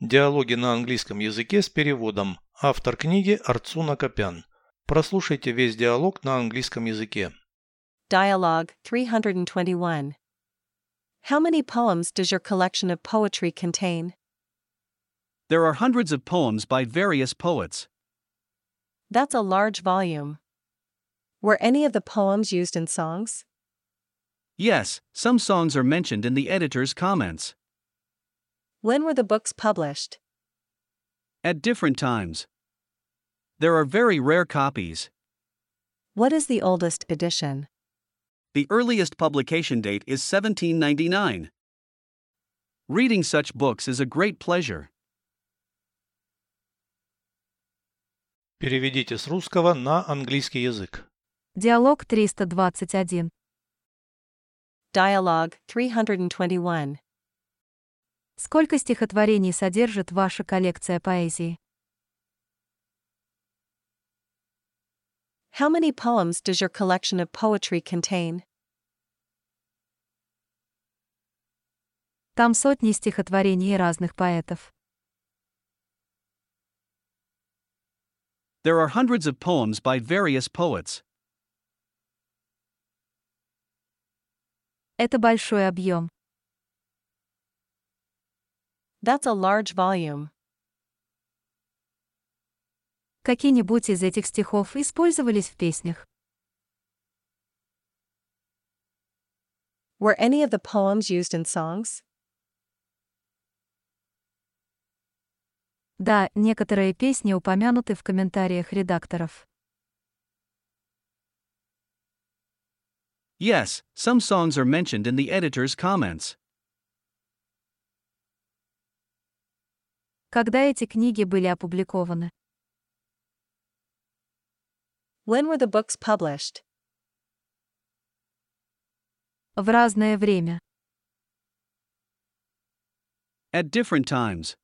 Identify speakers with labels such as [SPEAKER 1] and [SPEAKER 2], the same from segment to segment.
[SPEAKER 1] Диалоги на английском языке с переводом. Автор книги Арцуна Копян. Прослушайте весь диалог на английском языке.
[SPEAKER 2] Dialogue 321. How many poems does your collection of poetry contain?
[SPEAKER 3] There are hundreds of poems by various poets.
[SPEAKER 2] That's a large volume. Were any of the poems used in songs?
[SPEAKER 3] Yes, some songs are mentioned in the editor's comments.
[SPEAKER 2] When were the books published?
[SPEAKER 3] At different times. There are very rare copies.
[SPEAKER 2] What is the oldest edition?
[SPEAKER 3] The earliest publication date is 1799. Reading such books is a great pleasure.
[SPEAKER 1] Переведите с русского на английский язык.
[SPEAKER 4] Диалог 321.
[SPEAKER 2] Dialogue 321.
[SPEAKER 4] Сколько стихотворений содержит ваша коллекция поэзии?
[SPEAKER 2] How many poems does your collection of poetry contain?
[SPEAKER 4] Там сотни стихотворений разных поэтов.
[SPEAKER 3] There are hundreds of poems by various poets.
[SPEAKER 4] Это большой объем.
[SPEAKER 2] That's a large volume.
[SPEAKER 4] Какие-нибудь из этих стихов использовались в песнях.
[SPEAKER 2] Were any of the poems used in songs?
[SPEAKER 4] Да, некоторые песни упомянуты в комментариях редакторов.
[SPEAKER 3] Yes, some songs are mentioned in the editor's comments.
[SPEAKER 4] Когда эти книги были опубликованы?
[SPEAKER 2] When were the books published?
[SPEAKER 4] В разное время.
[SPEAKER 3] At different times.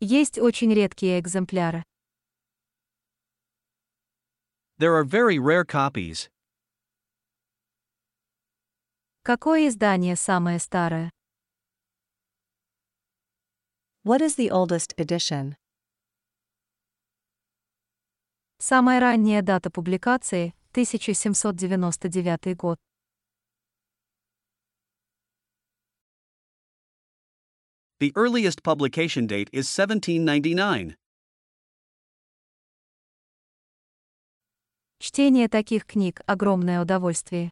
[SPEAKER 4] Есть очень редкие экземпляры.
[SPEAKER 3] There are very rare copies.
[SPEAKER 4] Какое издание самое старое?
[SPEAKER 2] What is the oldest edition?
[SPEAKER 4] Самая ранняя дата публикации – 1799 год.
[SPEAKER 3] The earliest publication date is 1799.
[SPEAKER 4] Чтение таких книг – огромное удовольствие.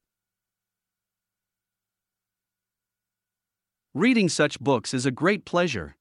[SPEAKER 3] Reading such books is a great pleasure.